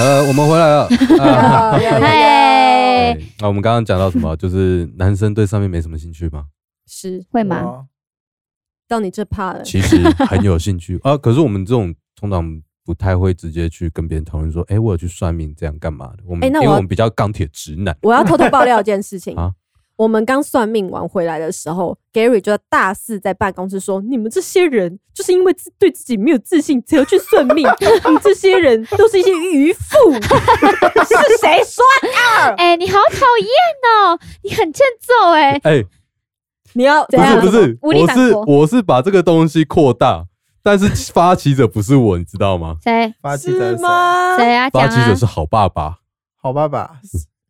呃，我们回来 了。啊嗨，对那我们刚刚讲到什么？就是男生对上面没什么兴趣 吗？是会有吗？啊到你这怕了，其实很有兴趣啊，可是我们这种通常不太会直接去跟别人讨论说，哎、我有去算命这样干嘛的？我们、诶那因为我我们比较钢铁直男，我要偷偷爆料一件事情啊我们刚算命完回来的时候，Gary 就大肆在办公室说：“你们这些人就是因为自对自己没有自信，才要去算命。你这些人都是一些渔夫。 是谁说？哎、你好讨厌哦，你很欠揍哎、哎、你要怎不样是？不是，啊无力我反是驳我是把这个东西扩大，但是发起者不是我，你知道吗？谁发起者是谁？吗谁啊？讲发啊起者是好爸爸，好爸爸，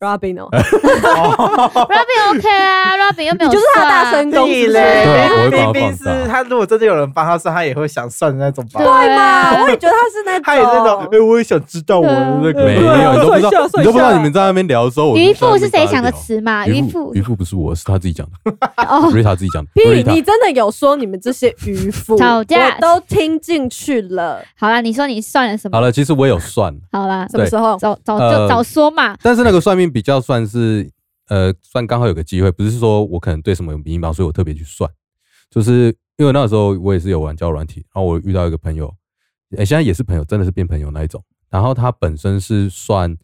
？Robin 哦， Robin OK 啊，Robin 又没 有、你啊，就是他的大声公，是不是嘞对啊我会把它冰冰放大哦是他，如果真的有人帮他算，他也会想算的那种吧对。啊啊，我也觉得他是那种， 他也是那种，哎，我也想知道我的啊啊那个。没有，你都不知算一下道，算一下你都不知道你们在那边聊的时候，我就在渔那夫边是谁跟他想的聊？词嘛？渔渔夫夫渔夫不是我，是他自己讲的，哦，瑞塔自己讲的。瑞 屁！塔你真的有说你们这些渔夫吵架我都听进去了。好啦，你说你算了什好么？了，其实我有算，好啦，什么时候？早早呃就早说嘛。但是那个算命比较算是呃，算刚好有个机会，不是说我可能对什么有迷茫，所以我特别去算，就是因为那时候我也是有玩交友软体，然后我遇到一个朋友，哎、现在也是朋友，真的是变朋友那一种。然后他本身是算，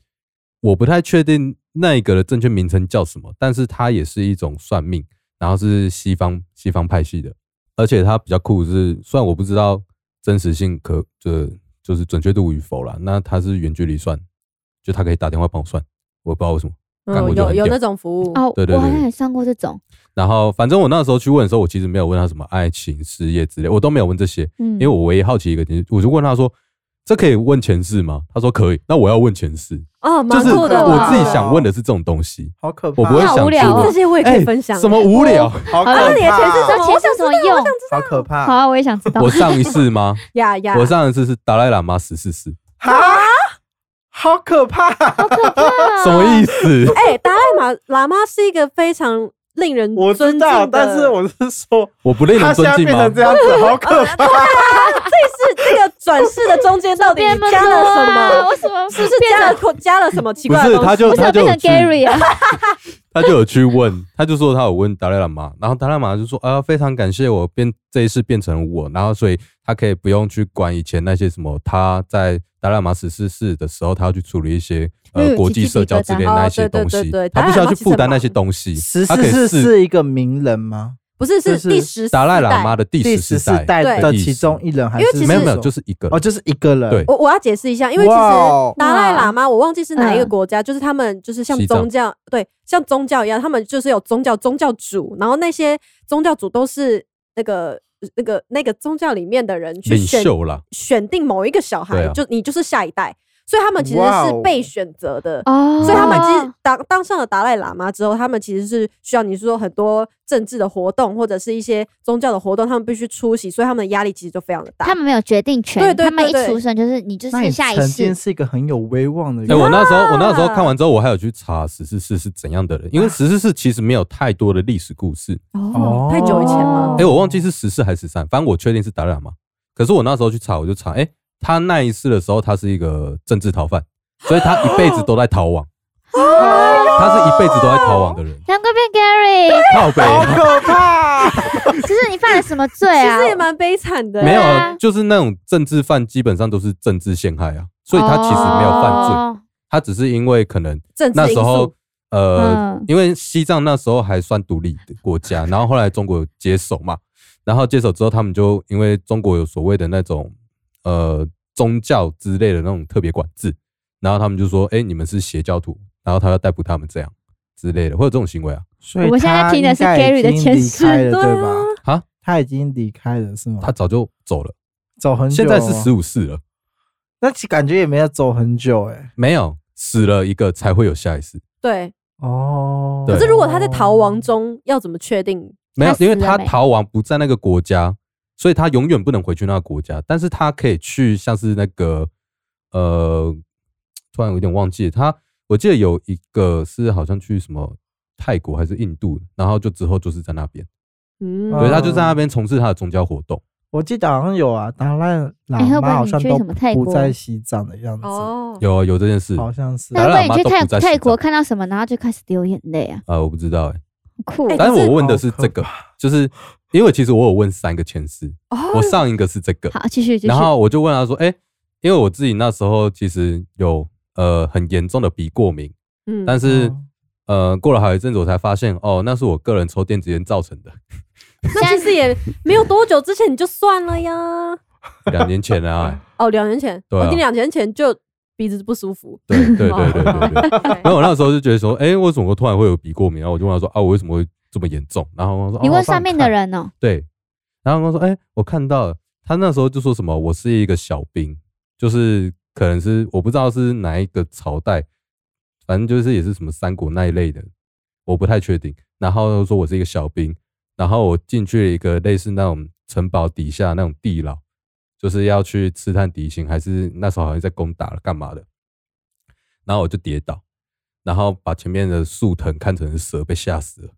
我不太确定那一个的正确名称叫什么，但是它也是一种算命，然后是西方西方派系的，而且它比较酷的是，虽然我不知道真实性可这就是准确度与否啦，那它是远距离算，就他可以打电话帮我算，我不知道为什么。干我嗯，就有很有屌那种服务，哦，对对对我好像也上过这种，然后反正我那时候去问的时候，我其实没有问他什么爱情、事业之类，我都没有问这些，嗯，因为我唯一好奇一个点，我就问他说。这可以问前世吗？他说可以，那我要问前世，就哦，蛮是酷的。我自己想问的是这种东西，好可怕！我不会好想无去聊哦问这些我也可以分享。什么无聊？好可好怕！了你的钱是什这么钱有什么用？好可好怕！啊，我也想知道我。上一世吗？呀呀，我上一次是达赖喇嘛十四世，哈，好可怕！啊 什么意思？哎，达赖马喇嘛是一个非常令人我尊知敬道，的，但是我是说，我不令他人现尊在敬变吗成？这样子，好可 怕！这是这个转世的中间到底变那加了多什啊么？为什么是不是加了加了什么奇不怪的是，东西？他就为什他么就变有成去， Gary 啊？他就有去问， 他就说他有问达赖喇嘛，然后达赖喇嘛就说啊，非常感谢我变这一世变成我，然后所以他可以不用去管以前那些什么，他在达赖喇嘛十四世的时候，他要去处理一些呃嗯国际社交之类的那一些哦对东西对对对，他不需要去负达赖喇担嘛那其些实很忙东西，十他可以四是世是一个名人吗？不是是就是第十达赖四代喇嘛的第第十四十四代，代对的其中一人，还因为其是实没有没有，就是是一个哦，就是一个人。对我我要解释一下，因为其实哇哦达赖喇嘛，我忘记是哪一个嗯国家，就是他们就是像西藏宗教，对，像宗教一样，他们就是有宗教宗教主，然后那些宗教主都是那个那个那个宗教里面的人去领选袖啦，选定某一个小孩，对啊就你就是下一代，所以他们其实哇是哦被选择的。哦，所以他们其实当当上了达赖喇嘛之后，他们其实是需要你说很多政治的活动或者是一些宗教的活动，他们必须出席，所以他们的压力其实就非常的大。他们没有决定权，对对对他们一对出生就是你就那是你下一曾经世，是一个很有威望的哎、人，我那时候我那时啊候看完之后，我还有去查十四世是怎样的人，因为十四世其实没有太多的历史故事。哦，太久以前了哎、。我忘记是十四还是十三，反正我确定是达赖喇嘛。可是我那时候去查，我就查，哎、他那一世的时候，他是一个政治逃犯，所以他一辈子都在逃亡，哦他是一辈子都在逃亡的人。难怪变 Gary，靠北，好可怕！就是你犯了什么罪其啊实？也蛮悲惨的，欸没有对啊，就是那种政治犯基本上都是政治陷害啊，所以他其实没有犯罪，哦他只是因为可能政治那因时素候，呃，嗯因为西藏那时候还算独立的国 家，然后后来中国接手嘛，然后接手之后，他们就因为中国有所谓的那种呃宗教之类的那种特别管制，然后他们就说，哎、你们是邪教徒，然后他要逮捕他们这样之类的，会有这种行为啊？ 所以我们现在他听的是应该 Gary 的已经前离世开了对对吧啊？啊，他已经离开了是吗？他早就走了，走很久，啊现哦在是十，五世了，那其感觉也没有走很久哎。没有死了一个才会有下一世，对。哦，对可是如果他在逃亡中，要怎么确定？没有他，死因了为他没逃亡不在那个国家，所以他永远不能回去那个国家。但是他可以去，像是那个呃，突然有点忘记了他，我记得有一个是好像去什么泰国还是印度，然后就之后就是在那边，嗯，对，哦他就在那边从事他的宗教活动。我记得好像有啊，达赖哎喇要不嘛然好你像去都什么泰不国在西藏的样子，哦，有啊有这件事好像是那达要不赖然你喇嘛去都泰不在西泰国藏看到什么，然后就开始流眼泪啊，啊，我不知道哎。很酷哎哦。但是可是我问的是好这个，就是因为其实我有问三个前世，我哦，上一个是这个，好，继续继续然。后我就问他说：“哎、因为我自己那时候其实有呃很严重的鼻过敏，嗯但是、哦呃过了好一阵子我才发现，哦，那是我个人抽电子烟造成的。那其实也没有多久之前你就算了呀。两年前啊，哦，两年前，对啊我你两年前就鼻子不 舒服。对对对对对对。对然后我那时候就觉得说，哎、为什么我突然会有鼻过敏？然后我就问他说：啊，我为什么会这么严重？然后我说：你哦问我帮上面看的人哦，对，然后他说：“哎、我看到了。”他那时候就说什么：“我是一个小兵，就是可能是我不知道是哪一个朝代，反正就是也是什么三国那一类的，我不太确定。”然后他说我是一个小兵，然后我进去了一个类似那种城堡底下那种地牢，就是要去刺探敌情，还是那时候好像在攻打了干嘛的。然后我就跌倒，然后把前面的树藤看成是蛇，被吓死了。，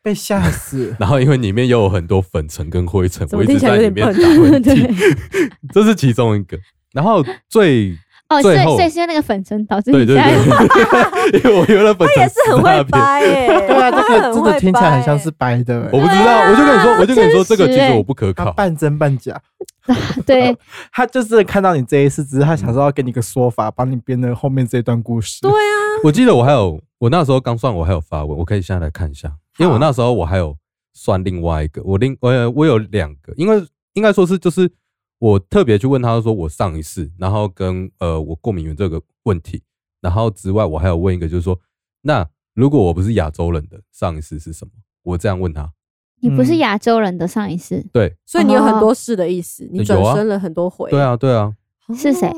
被吓死然后因为里面又有很多粉尘跟灰尘，怎我么一听直起来在有里点面笨打 喷？嚏， 对，这是其中一个。然后最哦，所最以后所以是因为那个粉尘导致对你对现在 对，因为我原来粉他尘也是很会掰耶、 对啊，这他个 很真会的听起来很像是掰白的欸，我不知道，啊我就跟你说，我就跟你说，这个其欸实我不可他靠。半真半假， 对，他就是看到你这一次，只是他想说要给你个说法，帮你编的后面这段故事。对啊， 我记得我还有，我那时候刚算，我还有发文，我可以现在来看一下，因为我那时候我还有算另外一个，我另我我有两个，因为应该说是就是我特别去问他说我上一次，然后跟呃我过敏源这个问题，然后之外我还有问一个就是说，那如果我不是亚洲人的上一次是什么？我这样问他，你不是嗯亚洲人的上一次对所以你有很多事的意思，你啊转身了很多回。对，啊对啊，是谁？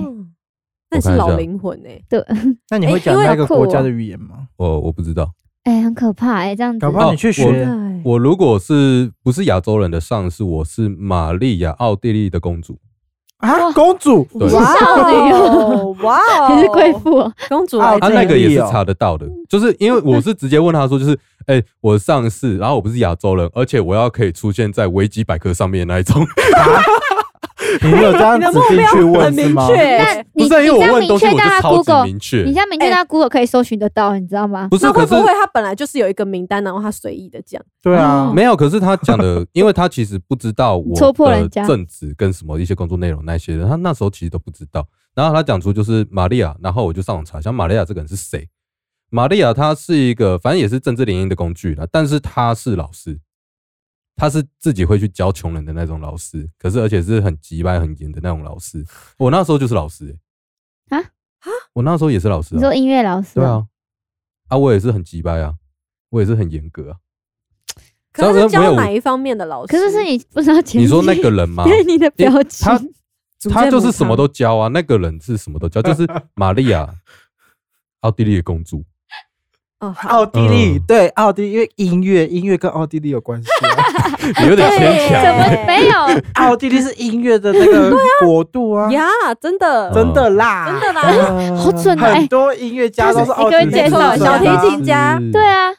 那你是我看一下老灵魂哎、对， 那你会讲哎因为那个好酷哦国家的语言吗？我我不知道，哎，很可怕哎，这样子搞不好你去学哦哎，我如果是不是亚洲人的上一次，我是玛利亚奥地利的公主，啊，哇公主，对哇哦少，哇哦， 你是贵妇哦，公主啊来啊，这那个个也力是哦查得到的，就是因为我是直接问他说，就是哎、我上市，然后我不是亚洲人，而且我要可以出现在维基百科上面那一种，你没有这样你指的目定标去问很是明吗？确， 不你是啊因为你这我样问明东西确我大是家超级 Google，明你确这，样明确哎到 Google 可以搜寻得到，你知道吗？不是，啊那可会是不会他本来就是有一个名单，然后他随意的讲？对啊，没有，可是他讲 的，因为他其实不知道我哦戳破人的家正职跟什么一些工作内容那些的，他那时候其实都不知道。然后他讲出就是玛利亚，然后我就上网查一下玛利亚这个人是谁。玛利亚她是一个，反正也是政治联姻的工具啦，但是她是老师，她是自己会去教穷人的那种老师，可是而且是很急掰很严的那种老师。我那时候就是老师、欸，啊我那时候也是老师、你啊，说音乐老师对哦，啊，啊我也是很急掰啊，我也是很严格啊。可是他是没有教我哪一方面的老师？可是是你不知道前你说提那个 人吗？对你的表情，他逐他渐就是补什么偿都教啊，那个人是什么都教，就是玛利亚，奥地利的公主。哦，好，奥地利，嗯对奥地利，因为音乐，音乐跟奥地利有关系啊。你有点对牵强。怎啊么 没有？奥地利是音乐的那个国度啊，呀，真的，嗯真的啦，真的啦，嗯好准啊哎很多音乐家都是奥地你利给我介绍一出下来的啊小提琴家是对，啊，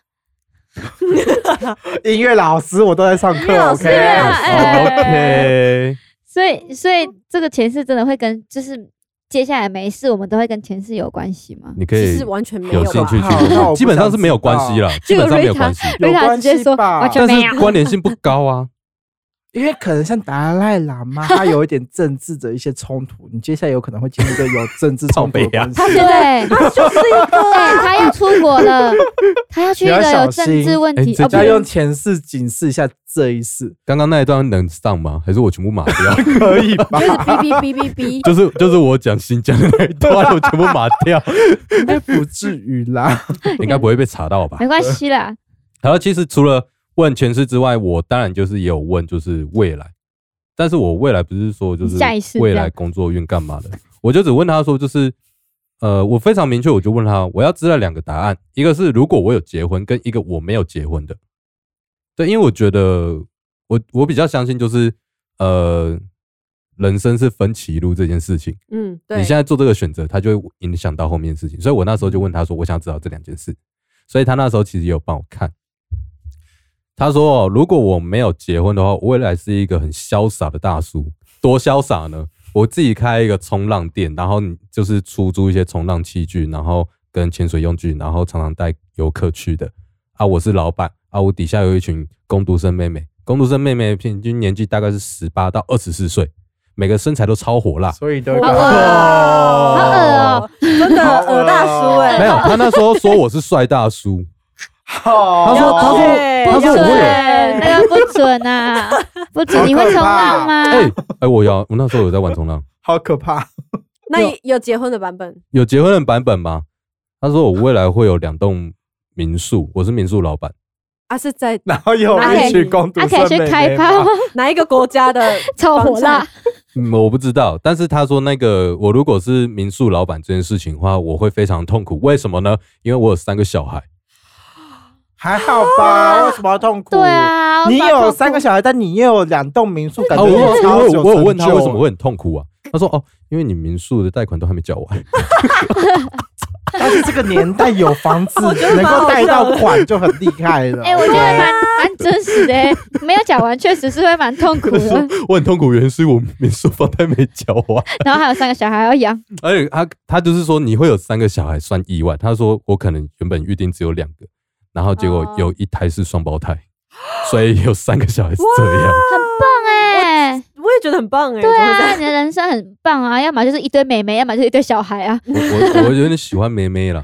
音乐老师，我都在上音课乐老师，OK 啊哦 OK，所以所以这个前世真的会跟就是接下来没事，我们都会跟前世有关系吗？你可其以实完全没有有兴吧？趣去好那我看，不基本上是没有关系啦，基本上没有关系，有瑞塔关直接系说吧完？全但没是有关联性不高啊。因为可能像达赖喇嘛，他有一点政治的一些冲突，你接下来有可能会经历一个有政治冲 突的关系靠。北对，现哎，他啊就是一个他要出国了，他要去一你个要有小政治心问哎题，这哦家不是要用前世警示一下这一世，刚刚那一段能上吗？还是我全部码掉？ 可以吧就？是哔哔哔哔哔，就是就是我讲新疆的那一段，我全部码掉，应该哎不至于 啦。应该不会被查到吧？没关系啦。然后其实除了问前世之外，我当然就是也有问就是未来，但是我未来不是说就是下一世未这来样工作运干嘛的，我就只问他说就是，呃，我非常明确，我就问他我要知道两个答案，一个是如果我有结婚，跟一个我没有结婚的，对，因为我觉得我我比较相信就是呃，人生是分歧路这件事情，嗯，对，你现在做这个选择，它就会影响到后面的事情。所以我那时候就问他说，我想知道这两件事。所以他那时候其实也有帮我看。他说、哦，如果我没有结婚的话，我未来是一个很潇洒的大叔，多潇洒呢？我自己开一个冲浪店，然后你就是出租一些冲浪器具，然后跟潜水用具，然后常常带游客去的。啊，我是老板啊，我底下有一群工读生妹妹，工读生妹妹平均年纪大概是十八到二十四岁，每个身材都超火辣。所以都好恶哦好恶啊哦真的耳大叔 哎、没有，他那时候说我是帅大叔，好他说了他说哎解他不说我会有，准那个不准 啊，不准！你会冲浪吗？哎哎、我有，我那时候有在玩冲浪，好可怕，那有有结婚的版本，有结婚的版本吗？他说我未来会有两栋民宿，我是民宿老板，啊是在然后有一群公主他可以去开趴哎啊吗？ 哪一个国 家的超火辣，嗯，我不知道，但是他说那个我如果是民宿老板这件事情的话，我会非常痛苦。为什么呢？因为我有三个小孩，还好吧？为什么要痛苦？对，啊，你我有三个小孩，但你也有两栋民宿，感啊，觉我你我超我有我有问成他就为什么会很痛苦啊？他说哦，因为你民宿的贷款都还没缴完。但是这个年代有房子能蛮好够贷到笑的款就很厉害啊了。哎、我觉得蛮蛮真实的、欸，没有讲完确实是会蛮痛苦 他说 的。 我很痛苦，原因是我民宿房贷没缴完，然后还有三个小孩要养，而且他他就是说你会有三个小孩算意外。他说我可能原本预定只有两个，然后结果哦有一胎是双胞胎， 所以有三个小孩是这样。哎、欸我也觉得很棒哎、怎对么会这啊，样你的人生很棒啊，要么就是一堆妹妹，要么就是一堆小孩啊，我我我有点喜欢妹妹了，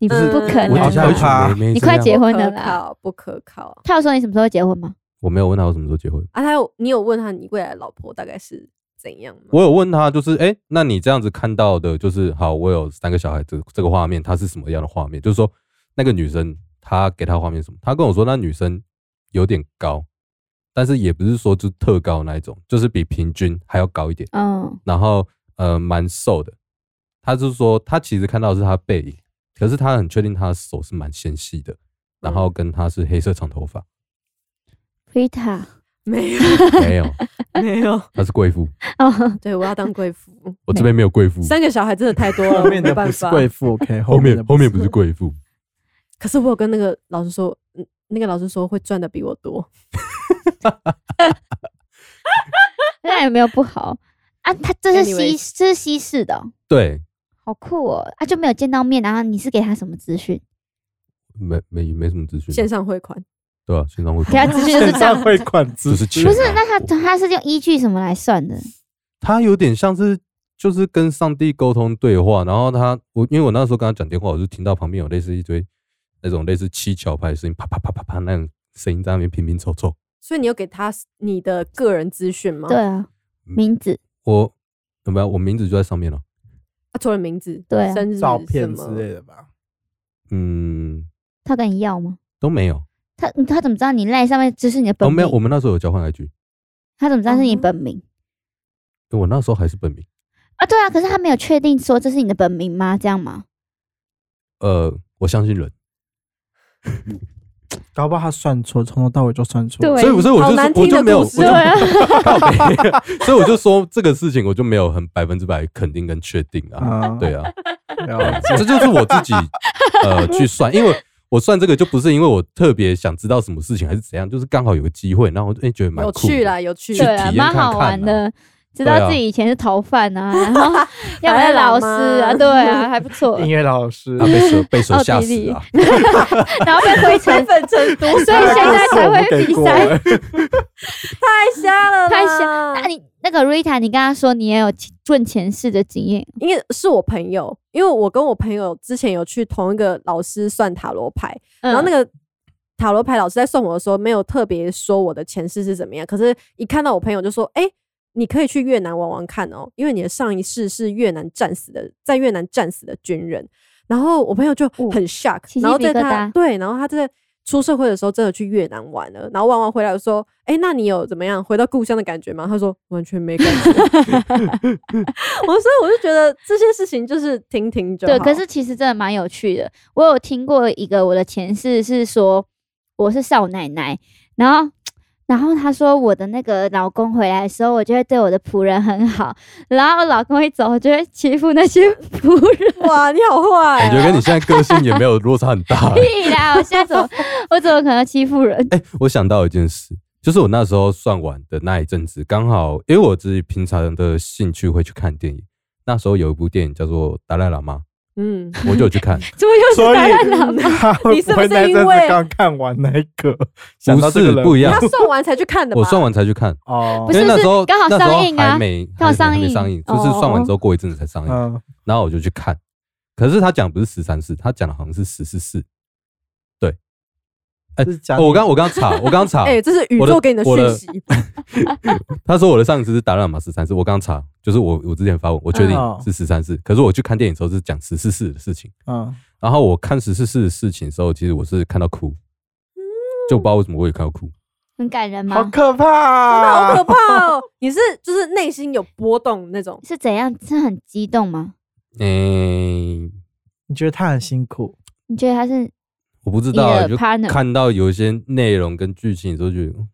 你不嗯不可我底好能下有一群啊。怕妹妹。你快结不婚了可啦！靠，不可靠他有说你什么时候结婚吗？我没有问他我什么时候结婚。啊！他有你有问他你未来老婆大概是怎样吗？我有问他，就是哎、诶那你这样子看到的，就是好，我有三个小孩这这个画面，他是什么样的画面？就是说那个女生，她给她画面是什么？她跟我说，那女生有点高，但是也不是说就是特高那一种，就是比平均还要高一点，嗯，然后呃蛮瘦的。他就是说，他其实看到的是她背影，可是他很确定他的手是蛮纤细的，然后跟她是黑色长头发， Rita，没 有，没有，没有。她是贵妇，哦， 对，我要当贵妇。我这边没有贵妇， 三个小孩真的太多了，后面没的办不是法。贵 妇，OK，后面的后面不是贵妇。可是我有跟那个老师说，嗯，那个老师说会赚的比我多。那也没有不好啊。他这是西， Anyways 这是西式的哦、对，好酷哦！啊，就没有见到面，然后你是给他什么资讯？没没没什么资讯啊，线上汇款，对啊，线上会给他资讯就是现在账，会管制，就是钱啊、不是？那他他是用依据什么来算的？嗯他有点像是就是跟上帝沟通对话，然后他我因为我那时候跟他讲电话，我就听到旁边有类似一堆那种类似七巧牌的声音，啪啪啪啪啪那种声音在那边拼拼凑凑。所以你有给他你的个人资讯吗？对，啊，名字嗯我有没有？我名字就在上面了。啊、除了名字，对啊生日、照片之什么类的吧？嗯，他跟你要吗？都没有，他嗯他怎么知道你赖上面这是你的本哦，名？没有。我们那时候有交换 IG，因他怎么知道是你哦本名、为我那时候还是本名。啊？对啊，可是他没有确定说这是你的本名吗？这样吗？呃，我相信人，搞不好他算错，从头到尾就算错。对所以所以我好难就我听的就没有，故我事啊就靠北 所以我就说这个事情我就没有很百分之百肯定跟确定啊，啊对啊。 了解这就是我自己呃去算，因为我算这个就不是因为我特别想知道什么事情还是怎样，就是刚好有个机会，然后我就、哎觉得蛮有酷的趣啦，有趣。去对啊，体验蛮看好看玩啊的，知对啊道自己以前是逃犯 啊，然后要么是老师白了啊，吗对啊，还不 错，音乐老师啊，，被蛇 被蛇哦奥吓地死利啊！然后被灰 尘粉成毒，所以 现在才会比赛。 太瞎了啦，太瞎 那你那个 Rita，你刚刚说你也有赚前世的经验，因为是我朋友，因为我跟我朋友之前有去同一个老师算塔罗牌，然后那个个塔罗牌老师在算我的时候，没有特别说我的前世是怎么样，可是一看到我朋友就说：“哎、你可以去越南玩玩看哦，因为你的上一世是越南战死的，在越南战死的军人。”然后我朋友就很 shock，、起鸡然后皮在疙他瘩对，然后他在出社会的时候真的去越南玩了，然后玩完回来我说：“哎、那你有怎么样回到故乡的感觉吗？”他说：“完全没感 觉。”我所以我就觉得这些事情就是听听就好。对，可是其实真的蛮有趣的。我有听过一个我的前世是说我是少奶奶，然后然后他说我的那个老公回来的时候，我就会对我的仆人很好，然后老公一走，我就会欺负那些 仆人。哇，你好坏、感觉哦跟你现在个性也 没有落差很大、欸。 屁啦！我现在怎么，我怎么可能欺负人？哎、我想到一件事，就是我那时候算完的那一阵子，刚好因为我自己平常的兴趣会去看电影，那时候有一部电影叫做《达赖喇嘛嗯，》，我就有去看。 怎么又所是以白烂喇嘛？他会你是不不会是那阵因子为刚看完那一个？想不到这个是人不一样他，算完才去看的吧？我算完才去看，啊哦不因是为那时候刚好那时候上映啊还没刚好上还没还没映上映，就是哦算完之后过一阵子才上映，嗯，然后我就去看。可是他讲不是十三四，他讲的好像是十四四。对，哎是讲哦我刚我刚查，我刚查，哎，这是宇我的宙给你的啊我讯的息。他说我的上司是达赖喇嘛十三世，我刚查，就是我我之前发文，我确定嗯是十三世，可是我去看电影的时候是讲十四世的事情，嗯，然后我看十四世的事情的时候，其实我是看到哭，嗯就不知道为什么我也看到哭，很感人好吗？可真的好可怕，怕 哦！你是就是内心有波动那种，是怎样？是很激动吗？诶、你觉得他很辛苦？你觉得他是我不知你道、的就 partner，看到有一些内容跟剧情的时候，觉得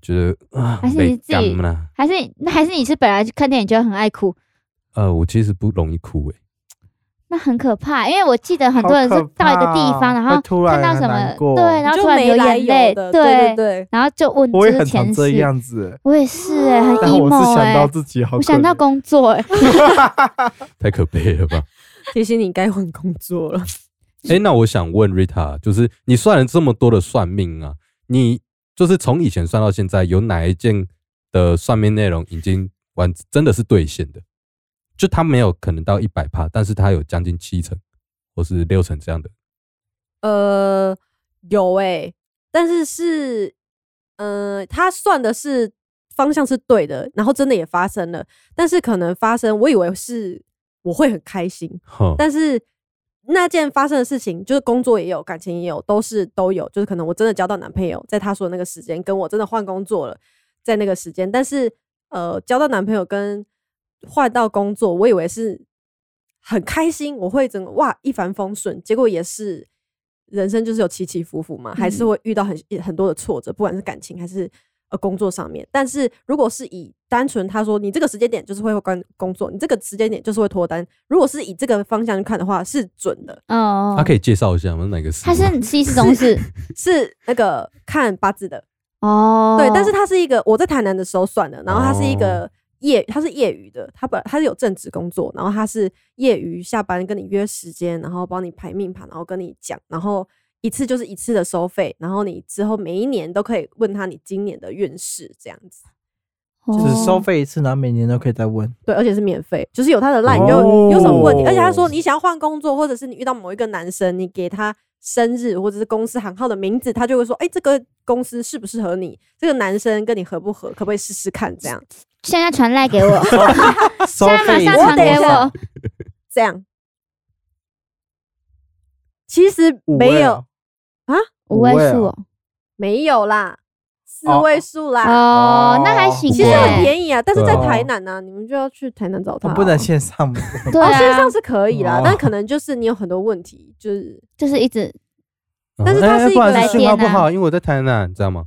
觉得啊还，是你没自己干啦。还是那还是你是本来看电影就很爱哭？呃，我其实不容易哭诶、那很可怕，因为我记得很好多人啊是可到一个怕地方，然会后突看然到很什难么过对，然后就突然没流来眼由泪，的，对对对，然后就问我也这很是常前这世，样子，欸我也是哎，很但我 emo 是想哎到，自己，好，我想到，工作哎，太可悲了吧？提醒你该换工作了。诶、那我想问 Rita，就是你算了这么多的算命啊，你就是从以前算到现在，有哪一件的算命内容已经完真的是兑现的？就它没有可能到一百趴，但是它有将近七成或是六成这样的。呃，有哎、但是是，呃，他算的是方向是对的，然后真的也发生了，但是可能发生，我以为是我会很开心，哼，但是那件发生的事情，就是工作也有，感情也有，都是都有。就是可能我真的交到男朋友，在他说的那个时间，跟我真的换工作了，在那个时间。但是呃，交到男朋友跟换到工作，我以为是很开心，我会整个哇一帆风顺，结果也是人生就是有起起伏伏嘛，还是嗯会遇到很很多的挫折，不管是感情还是。呃，工作上面，但是如果是以单纯他说你这个时间点就是会关工作，你这个时间点就是会脱单，如果是以这个方向去看的话，是准的，哦，他可以介绍一下吗？哪个是？他是西施宗 室是那个看八字的，哦，对，但是它是一个我在台南的时候算的，然后它是一个业，它是业余的，它本它是有正职工作，然后它是业余下班跟你约时间，然后帮你排命盘，然后跟你讲，然后一次就是一次的收费，然后你之后每一年都可以问他你今年的运势这样子，只收哦费一次，然后每年都可以再问。对，而且是免费，就是有他的 line，你就哦有什么问题，而且他说你想要换工作，或者是你遇到某一个男生，你给他生日或者是公司行号的名字，他就会说，哎、这个公司适不适合你，这个男生跟你合不合，可不可以试试看这样。现在传赖给我，收哦 现在马费一上次传等一给下多少？我，这样。其实五没位有哦，五位五位数哦没有啦，四哦位数啦，哦，那还行其耶，欸实很便宜啊，但是对在啊台南呢、啊，你们就要去台南找他、他不能线上，对哦，啊，线上是可以啦哦，但可能就是你有很多问题，就是就是一直但是哦它是一不个然来是讯电啊号不好，因为我在台南，你知道吗？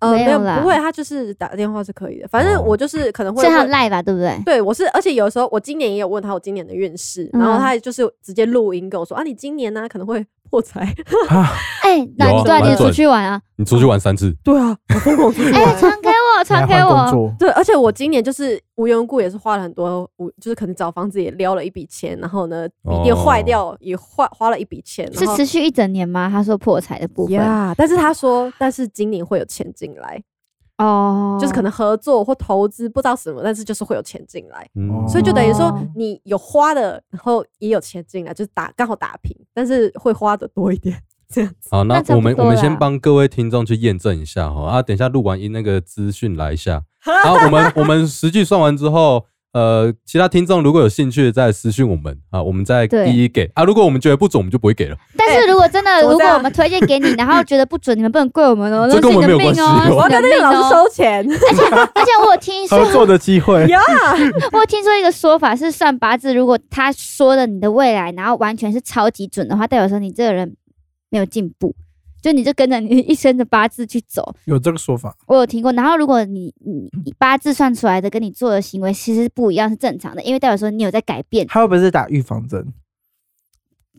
呃没有没有啦不会，他就是打电话是可以的。反正哦我就是可能会是他问，赖吧，对不对？对我是，而且有时候我今年也有问他我今年的运势，然后嗯他也就是直接录音跟我说啊，你今年呢、可能会破财。哎，那有啊你对啊，蛮你就出准去玩 啊，你出去玩三次，对啊，我疯狂 出去玩哎，传给我， 传给你还我，换工作对，而且我今年就是无缘无故也是花了很多，无就是可能找房子也撩了一笔钱，然后呢，笔电坏掉也花花了一笔钱，是持续一整年吗？他说破财的部分，呀但是他说，但是今年会有钱进来，哦，就是可能合作或投资，不知道什么，但是就是会有钱进来，嗯哦，所以就等于说哦你有花的，然后也有钱进来，就是打刚好打平，但是会花的多一点，这样子。好，那那差我不们多我们啦先帮各位听众去验证一下哈啊，等一下录完音那个资讯来一下， 然后我们我们实际算完之后，呃，其他听众如果有兴趣再私讯我们啊，我们再对一一给啊，如果我们觉得不准，我们就不会给了，但是如果真的，怎么如这果样我们推荐给你，然后觉得不准，你们不能怪我们哦，这那跟是我你们没的有关命系哦，哦我要是跟你那个的命老师哦。收钱， 而且我有听说，合作的 机会。呀，我有听说一个说法是算八字，如果他说的你的未来，然后完全是超级准的话，代表说你这个人没有进步，就你就跟着你一生的八字去走。有这个说法，我有听过，然后如果你你你八字算出来的跟你做的行为其实不一样，是正常的，因为代表说你有在改变。他会不会是打预防针？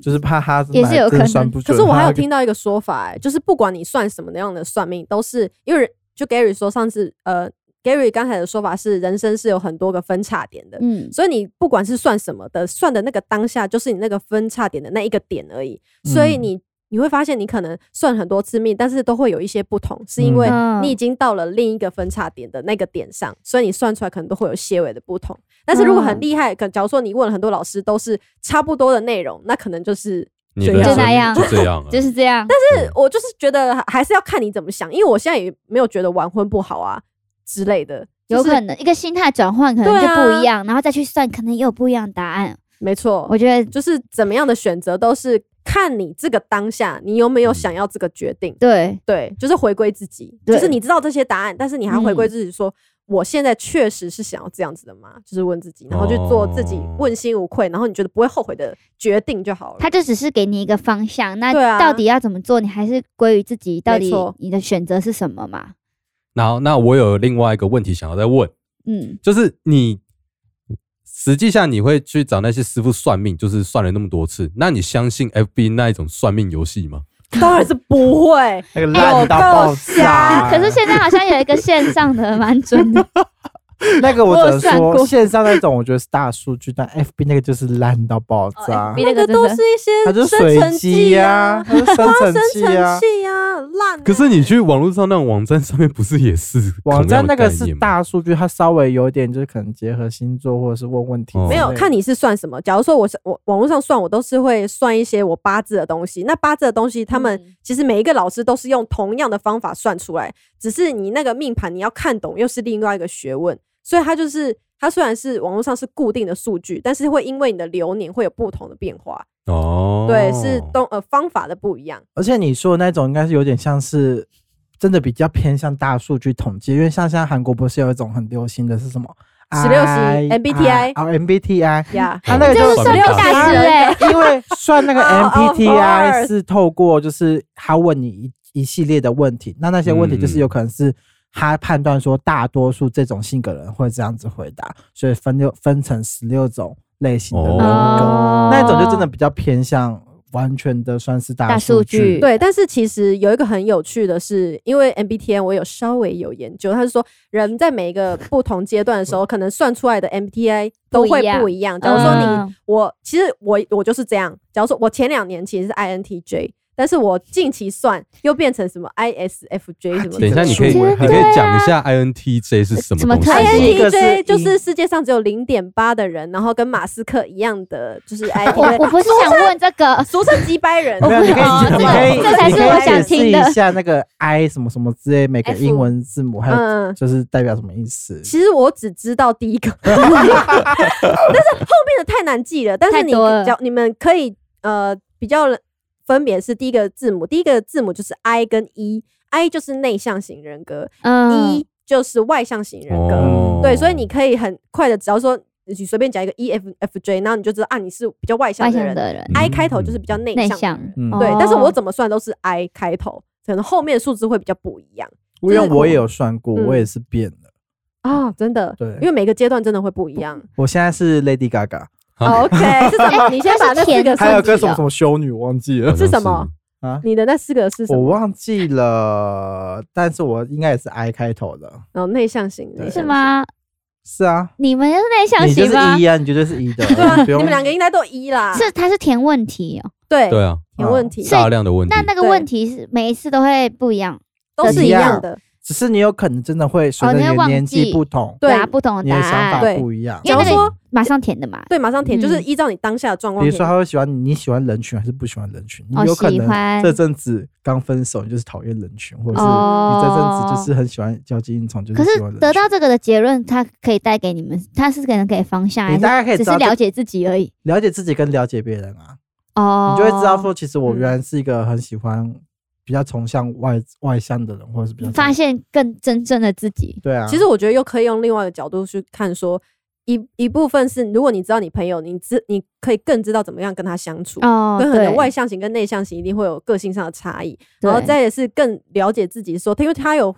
就是怕他也是有可能算不可准。是我还有他听到一个说法、哎，就是不管你算什么样的算命，都是因为人就 Gary 说上次呃，Gary 刚才的说法是人生是有很多个分叉点的，嗯，所以你不管是算什么的，算的那个当下就是你那个分叉点的那一个点而已。所以嗯你你会发现，你可能算很多次命，但是都会有一些不同，是因嗯为嗯你已经到了另一个分叉点的那个点上，所以你算出来可能都会有些微的不同。但是如果很嗯厉害，可假如说你问了很多老师都是差不多的内容，那可能就是。你就人那生 样就这样了，啊嗯就是这样。但是是我就是觉得还还是要看你怎么想，因为我现在也没有觉得晚婚不好啊之类的，就有是可能一个心态转换，可能对就啊不一样，然后再去算，可能也有不一样的答案。没错，我觉得就是怎么样的选择都是看你这个当下，你有没有想要这个决定。对，对，就是回归自己，嗯对就是你知道这些答案，但是你还回归嗯自己说。我现在确实是想要这样子的吗？就是问自己，然后去做自己哦问心无愧，然后你觉得不会后悔的决定就好了。他就只是给你一个方向，那对啊到底要怎么做，你还是归于自己，到没底错你的选择是什么嘛？然后，那我有另外一个问题想要再问，嗯，就是你实际上你会去找那些师傅算命，就是算了那么多次，那你相信 FB 那一种算命游戏吗？当然是不 会，那个哎烂到爆炸。啊可是现在好像有一个线上的蛮准 的，那个我只能我有算过说，线上那种我觉得是大数据，但 FB 那个就是烂到爆哦炸， FB 那个真都的是一些它就是生成随机剂呀，啊、 它就是生成生器成啊。器啊，烂啊。可是你去网络上那种网站上面，不是也是网站同样那的个概是念吗大数据，它稍微有点就是可能结合星座或者是问问题之类哦的，没有看你是算什么。假如说我是我网络上算，我都是会算一些我八字的东西。那八字的东西，他们嗯其实每一个老师都是用同样的方法算出来，只是你那个命盘你要看懂，又是另外一个学问。所以它就是它虽然是网络上是固定的数据，但是会因为你的流年会有不同的变化。哦，对，是东呃方法的不一样。而且你说的那种应该是有点像是真的比较偏向大数据统计，因为像现在韩国不是有一种很流行的是什么16型 I- MBTI 哦 MBTI，呀、它那个这就是算算命命大师哎， 因为算那个哦哦 MBTI course 是透过就是他问你一一系列的问题，那那些问题就是嗯有可能是他判断说大多数这种性格人会这样子回答，所以分六分成十六种类型的人格，哦那一种就真的比较偏向完全的算是大大数数据对，但是其实有一个很有趣的是，因为 MBTI 我有稍微有研究，它是说人在每一 个不同阶段的时候，可能算出来的 MBTI 都不会一样不一样。假如说你，嗯我其实我我就是这样。假如说我前两年其实是 INTJ，但是我近期算又变成什么 ISFJ 啊什么的。等一下，你可以，天哪你可啊以讲一下 INTJ 是什么什么东西特质一个是 INTJ 就是一世界上只有零点八的人，然后跟马斯克一样哎的，就是 我我 INTJ，不是想问这个，俗称几百人。没有，你可以，哦你可以，这才是你可以我想听的解释一下那个 I 什么什么之类，每个 F 英文字母还有嗯，就是代表什么意思？其实我只知道第一个， 但是后面的太难记了。但是太你多了只你们可以呃比较分别是第一个字母，第一个字母就是 I 跟 E，I 就是内向型人格、嗯 e，就是外向型人格。哦对，所以你可以很快的，只要说你随便讲一个 E F F J，然后你就知道啊你是比较外向外的向人。的人， I 开头就是比较内内向的向人，，嗯对。哦但是我怎么算都是 I 开头，可能后面的数字会比较不一样因为我也有算过，嗯我也是变了。啊，哦真的。对因为每个阶段真的会不一样。我现在是 Lady Gaga，哦啊 OK，是什么？哎你先把那四 个还还有升级个什么什哦。么修女，我忘记好 了像是什么啊，你的那四个是什我么？忘记了，但是我应该也是 I 开头的。哦，内向型，内对向是型？吗？是啊，你们就是内向你就型是吗 E？啊，你绝对是 E 的，对啊，不你用们两个应该都一啦。是，它是填问题哦。对，对啊，有问题，所以大量的问题嗯那。那个对问题是每一次都会不一样，都是一样的。只是你有可能真的会随哦着你你会的忘年纪记不同，对啊答不同你的的答想法案，对不一样。因假为如那说个马上填的嘛。对，马上填，就是嗯依照你当下的状况比填。如说，他会喜欢你，你喜欢人群还是不喜欢人群？你哦有可喜欢哦能这阵子刚分手，你就是讨厌人群，或者是你这阵子就是很喜欢交际应酬，就可是是喜欢人群。得到这个的结论，它可以带给你们，它是可能给方向，还你大是概可以只知是道了这解自己而已？了解自己跟了解别人啊，哦，你就会知道说，其实我嗯原来是一个很喜欢比较崇尚外外向的人，或者是比较发现更真正的自己。对啊。其实我觉得又可以用另外一个角度去看说。一一部分是，如果你知道你朋友，你知你可以更知道怎么样跟他相处，哦，跟很多对外向型跟内向型一定会有个性上的差异。对然后再也是更了解自己说，他因为他有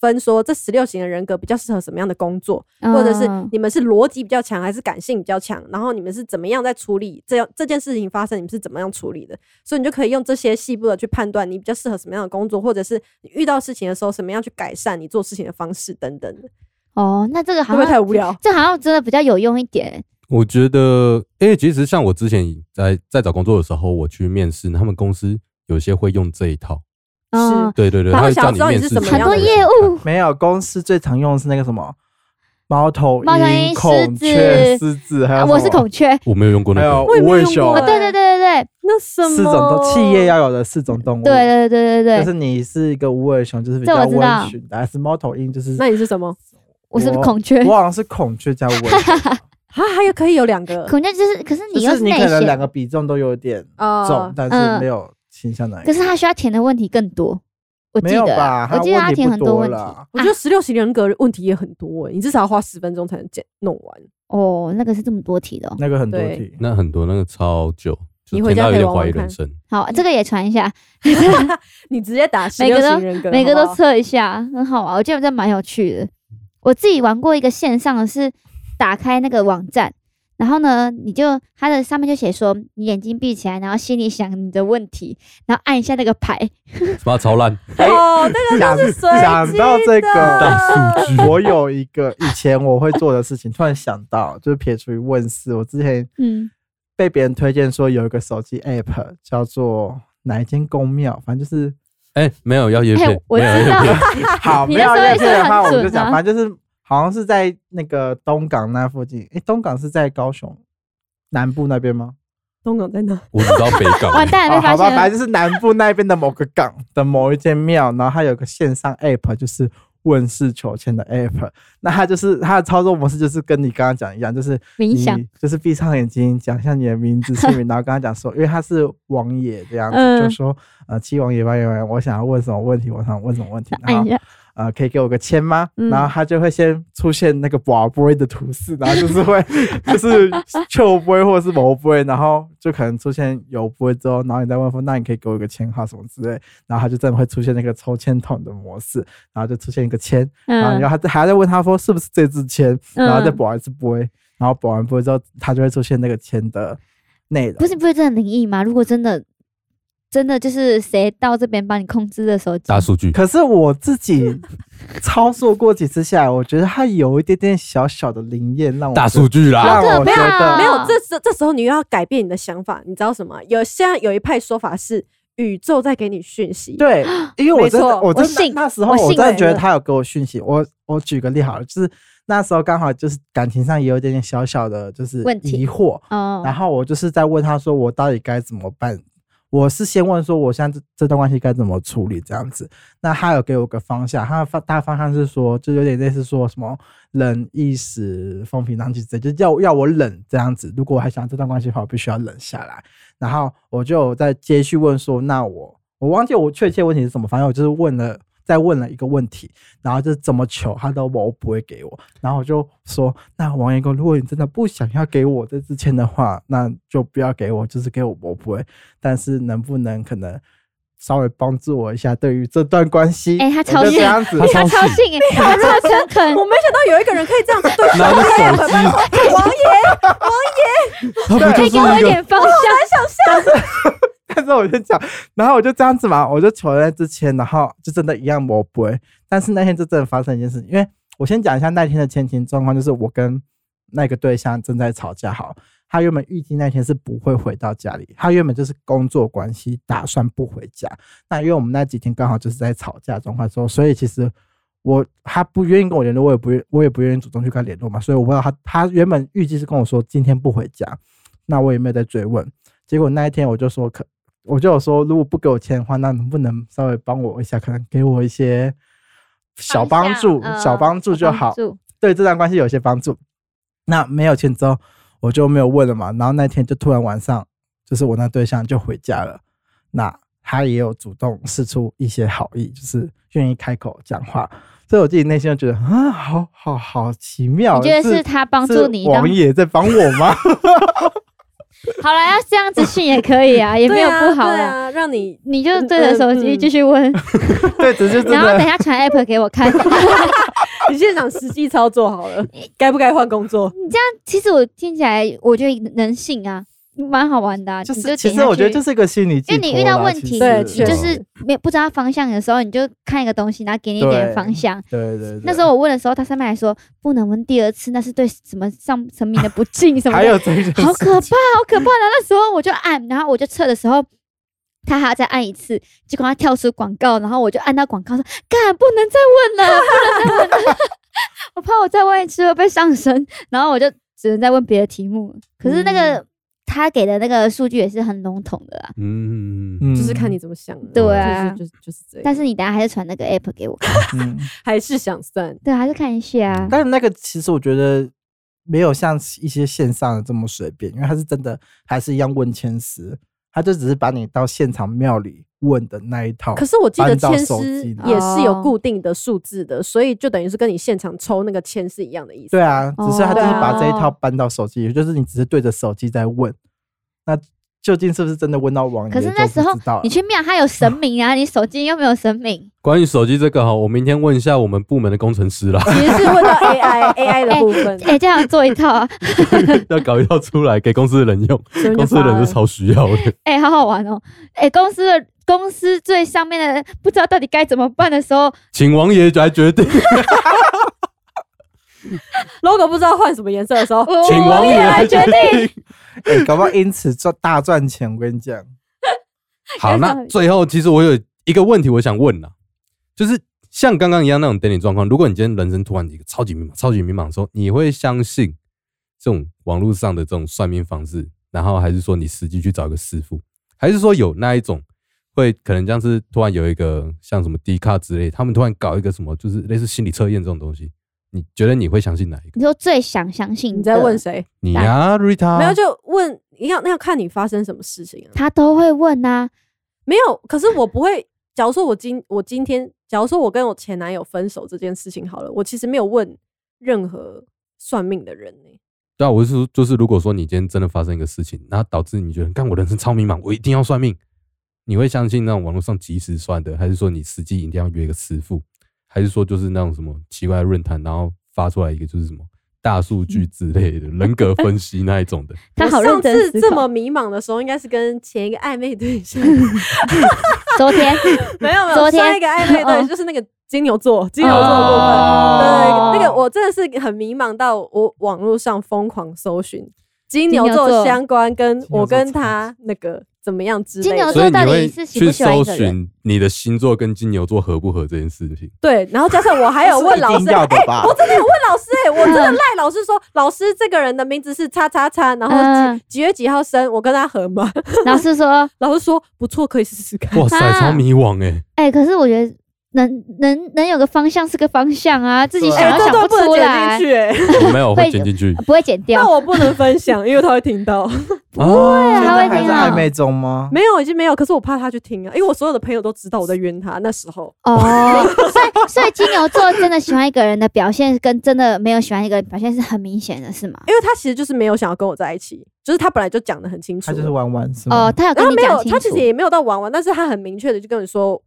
分说这十六型的人格比较适合什么样的工作，或者是嗯你们是逻辑比较强还是感性比较强，然后你们是怎么样在处理这样这件事情发生，你们是怎么样处理的，所以你就可以用这些细部的去判断你比较适合什么样的工作，或者是你遇到事情的时候什么样去改善你做事情的方式等等的，哦，那这个会好不会太像无聊？这好像真的比较有用一点我觉得，因为其实像我之前在在找工作的时候，我去面试，他们公司有些会用这一套。是嗯，对对对，他他会会想叫你知道你面是试什么什么很样多的人业务没有，公司最常用的是那个什么猫头猫头鹰孔狮雀、子狮子，还啊有什么我是孔雀啊，我没有用过那还有个，我也没无尾用熊过，对对对对啊对那什么四种都企业要有的四种动物。对对对对就对，是你是一个无尾熊，就是比这较我知道温驯的；还是猫头鹰，就是那你是什么？我是孔 雀，我好像是孔雀加无尾熊，啊，还有可以有两个孔雀就是，可是 你就又是你内可能两向，嗯个比重都有点重哦，，但是没有倾向哪一可个是。他需要填的问题更多，我记没有得吧啊，？他我记得他问题填不很多问题啦。我觉得十六型人格问题也很多、欸，你至少要花十分钟才能解弄完。哦，那个是这么多题的哦。那个很多对题， 那很多那个超久，就你回听家到有可以点玩玩怀疑人看生。好，这个也传一下，你直接打十每六个都型人格，每个好不啊都好测一下，很好啊玩。我觉得这蛮有趣的。我自己玩过一个线上的是打开那个网站，然后呢，你就它的上面就写说你眼睛闭起来，然后心里想你的问题，然后按一下那个牌，什么啊超烂，哦，那个都是随讲机到这的个，我有一个以前我会做的事情，突然想到，就是撇除于问世，我之前嗯，被别人推荐说有一个手机 app 叫做哪一间公庙，反正就是哎、没有要叶嘿片，我没有知叶道片，好啊你没那时有候叶也是片的话，很我准就讲，啊反正就是好像是在那个东港那附近，诶，东港是在高雄南部那边吗？东港在哪？我只知道北港。完蛋哦，被好发吧，现反了。正就是南部那边的某个港的某一间庙，然后它有个线上 app，就是问世求签的 app。那它就是它的操作模式，就是跟你刚刚讲一样，就是冥想你就是闭上眼睛，讲一下你的名字、姓 名，然后跟他讲说，因为他是王爷这样子，嗯就说呃七王爷八爷王爷，我想要问什么问题，我想问什么问题，然按后一下，呃，可以给我个签吗？嗯然后他就会先出现那个宝贝的图示，然后就是 会就是秋杯或者是某杯，然后就可能出现有杯之后，然后你再问说，那你可以给我一个签号什么之类，然后他就真的会出现那个抽签筒的模式，然后就出现一个签，然后嗯然后他还在问他说是不是这支签，嗯然后再保一次杯，然后保完杯之后，他就会出现那个签的内容。不是，不是这很灵异吗？如果真的真的就是谁到这边帮你控制的手机，大数据，可是我自己操作过几次下来，我觉得它有一点点小小的灵验，让我大觉得数据啦， 让好我可觉怕得啊没有，这时这时候你又要改变你的想法，你知道什么？有现在有一派说法是宇宙在给你讯息，，对，因为我真没的，错我真我的信那时候我信我真的了觉得他有给我讯息。我我举个例好了，就是那时候刚好就是感情上也有一点点小小的，就是问题疑惑，哦然，后我就是在问他说，我到底该怎么办？我是先问说，我现在这这段关系该怎么处理这样子。那他有给我个方向，他的方大方向是说，就有点类似说什么忍一时风平浪静之类，就是要要我忍这样子。如果我还想要这段关系的话，我必须要忍下来。然后我就有再接续问说，那我我忘记我确切问题是什么，反正我就是问了。再问了一个问题，然后就是怎么求他都我不会给我，然后我就说，那王爷公，如果你真的不想要给我这支签的话，那就不要给我，就是给我我不会，但是能不能可能稍微帮助我一下，对于这段关系，哎他我超就信 这样子，他他超超信信哎，他如果真 肯我没想到有一个人可以这样子对拿着手机，王爷，他不可就以是给我一一个点方向，但是我就讲，然后我就这样子嘛，我就求了那支签，然后就真的一样我不会。但是那天就真的发生一件事情，因为我先讲一下那天的前情状况，就是我跟那个对象正在吵架，好，他原本预计那天是不会回到家里，他原本就是工作关系打算不回家。那因为我们那几天刚好就是在吵架状况中，所以其实我他不愿意跟我联络，我也不愿我也不愿意主动去跟他联络嘛，所以我不知道他他原本预计是跟我说今天不回家，那我也没有再追问。结果那一天我就说可，我就有说如果不给我钱的话，那能不能稍微帮我一下，可能给我一些小帮助，嗯嗯小帮助就好。对这段关系有些帮助。那没有钱之后，我就没有问了嘛。然后那天就突然晚上，就是我那对象就回家了。那他也有主动示出一些好意，就是愿意开口讲话。所以我自己内心就觉得啊，好好好奇妙。你觉得是是他帮助你是王当爷在帮我吗？好了，要这样子训也可以 啊，也没有不好对啦。啊，让你你就对着手嗯机嗯继续 问， 对，只是真然后等一的下传 app 给我看。 你现场实际操作好嗯了，该不该换工作？其实我听起来，我觉得能信啊，蛮好玩的、啊。就你就是，其点实下我觉得去就是一个心理寄因为托啦，你遇到问其题，对你实确就实是没有不知道方向的时候，你就看一个东西，然后给你一点对方向。对对对。那时候我问的时候，他上面还说不能问第二次，那是对什么上神明的不敬什么还的，有这件 好事可怕，好可怕的。那时候我就按，然后我就测的时候，他还要再按一次，结果他跳出广告，然后我就按到广告说干，不能再问了，不能再问了， 我怕我再问一次会被上身，然后我就只能再问别的题目。可是那个、他给的那个数据也是很笼统的啦。嗯，嗯就是看你怎么想了。对啊就是就是就是这样。但是你等下还是传那个 app 给我看，嗯还是想算，对，还是看一下啊。但那个其实我觉得没有像一些线上的这么随便，因为他是真的还是一样问签师，他就只是把你到现场庙里问的那一套。可是我记得搬到签手师机的也是哦有固定的数字的，所以就等于是跟你现场抽那个签是一样的意思。对，啊，只是他就是把这一套哦搬到手机，也就是你只是对着手机在问，那究竟是不是真的问到网页？可是那时候你去庙，它有神明啊，你手机又没有神明。关于手机这个哈，我明天问一下我们部门的工程师啦， 其实是问到 AI AI 的部 分，哎、这样做一套、啊，要搞一套出来给公司的人用，所以就公司的发了人是超需要的。哎、好好玩哦。哎、公司的公司最上面的不知道到底该怎么办的时候，请王爷来决定， logo 不知道换什么颜色的时候，我请王我爷也来来决决定。定。哎、搞不好因此赚大赚钱。我跟你讲，好，那最后其实我有一个问题我想问啦，就是像刚刚一样那种等你状况，如果你今天人生突然一个超级迷茫、超级迷茫的时候，你会相信这种网络上的这种算命方式，然后还是说你实际去找一个师傅，还是说有那一种会可能像是突然有一个像什么低卡之类，他们突然搞一个什么就是类似心理测验这种东西，你觉得你会相信哪一个？ 你说最想相信的你在问谁？你呀、瑞啊塔，没有就问，你要那要看你发生什么事情啊。他都会问啊。没有，可是我不会。假如说我今我今天，假如说我跟我前男友分手这件事情好了，我其实没有问任何算命的人呢、对啊，我是说，就是如果说你今天真的发生一个事情，然后导致你觉得，看我人生超迷茫，我一定要算命，你会相信那种网络上即时算的，还是说你实际一定要约一个师傅，还是说就是那种什么奇怪的论坛，然后发出来一个就是什么大数嗯据之类的、人格分析那一种 的？他我好认上真次思这考么迷茫的时候，应该是跟前一个暧昧对象，昨天 没有没有，昨天上一个暧昧对 哦象就是那个金牛座，金牛座的部分。哦对，那个我真的是很迷茫，到我网络上疯狂搜寻金牛牛座座相关，跟金牛我座跟超他那个怎么样之类金牛的。所以座你哦到会底是喜去不喜欢搜一个人？寻你的星座跟金牛座合不合这件事 情。对，然后加上我还有问 老是一师，定哎、要的吧我真的有问老师、 哎，我真的赖老师说，老师这个人的名字是叉叉叉，然后嗯几几月几号生，我跟他合吗？ 老师说，老师说不错，可以试试看。哇塞，啊超迷惘哎、 欸！哎、可是我觉得能能能有个方向是个方向啊，自己对啊 想哎、要这想段不出能剪来进，去、 哎，我没有会会啊剪进去不会剪掉那。我不能分享，因为他会听到。啊。对，现他在会还听在到暧昧中吗？没有，已经没有。可是我怕他去听啊，因为我所有的朋友都知道我在冤他。那时候，哦，所以所以金牛座真的喜欢一个人的表现，跟真的没有喜欢一个人表现是很明显的，是吗？因为他其实就是没有想要跟我在一起，就是他本来就讲的很清楚他。就是玩玩是吗？哦，他嗯然有跟后你没讲有，清他其楚实，也没有到玩玩，但是他很明确的就跟你说，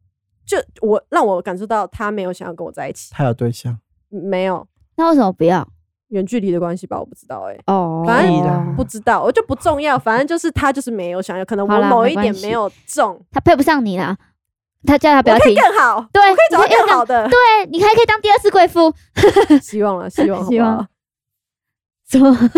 就我让我感受到他没有想要跟我在一起，他有对象，没有那为什么不要？远距离的关系吧，我不知道哎、哦，反正可以啦不知道，我就不重要，反正就是他就是没有想要，可能好我啦某没一关点系没有中，他配不上你啦，他叫他不我要可以听，更好，对，可以找到你可更好的，对，你还可以当第二次贵妇， 希望了，希望好不好 希望什么？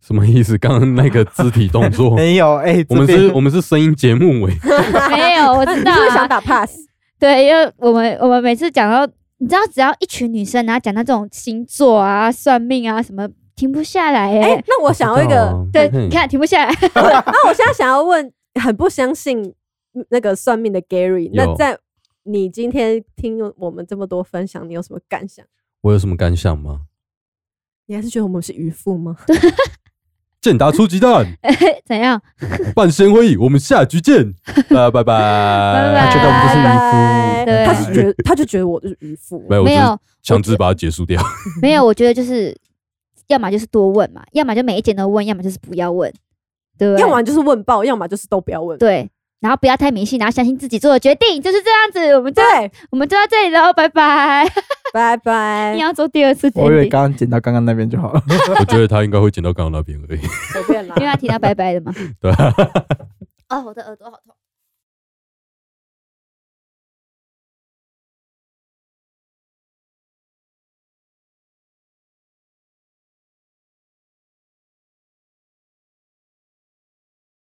什么意思？刚刚那个肢体动 作，没有哎、哦我们这边是，我们是声音节目哎、没 有，我 知你道是不是啊想，打 pass？对，因为我们我们每次讲到，你知道，只要一群女生，然后讲到这种星座啊、算命啊什么，停不下来哎、哎。那我想要一个，啊对，嗯你看停不下来， 那我现在想要问，很不相信嗯那个算命的 Gary，有那在你今天听我们这么多分享，你有什么感想？我有什么感想吗？你还是觉得我们是渔夫吗？健达出鸡 蛋，怎样？半仙会议，我们下局见，拜拜拜拜他觉得我们不是渔夫，啊对他是觉得他就觉得我是渔夫没。有，我没只有是，强制把它结束掉。没有，我觉得就是，要么就是多问嘛，要么就每一件都问，要么就是不要问。对不对要么就是问报，要么就是都不要问。对，然后不要太迷信，然后相信自己做的决定，就是这样子。我们就对，我们就到这里喽，拜拜。拜一拜定。 要做第二次决我以为 定，刚刚剪到刚刚那边就好了。我觉得他应该会剪到刚刚那边而已。随便啦因为他提到拜拜的嘛。对啊，哦，我的耳朵好痛。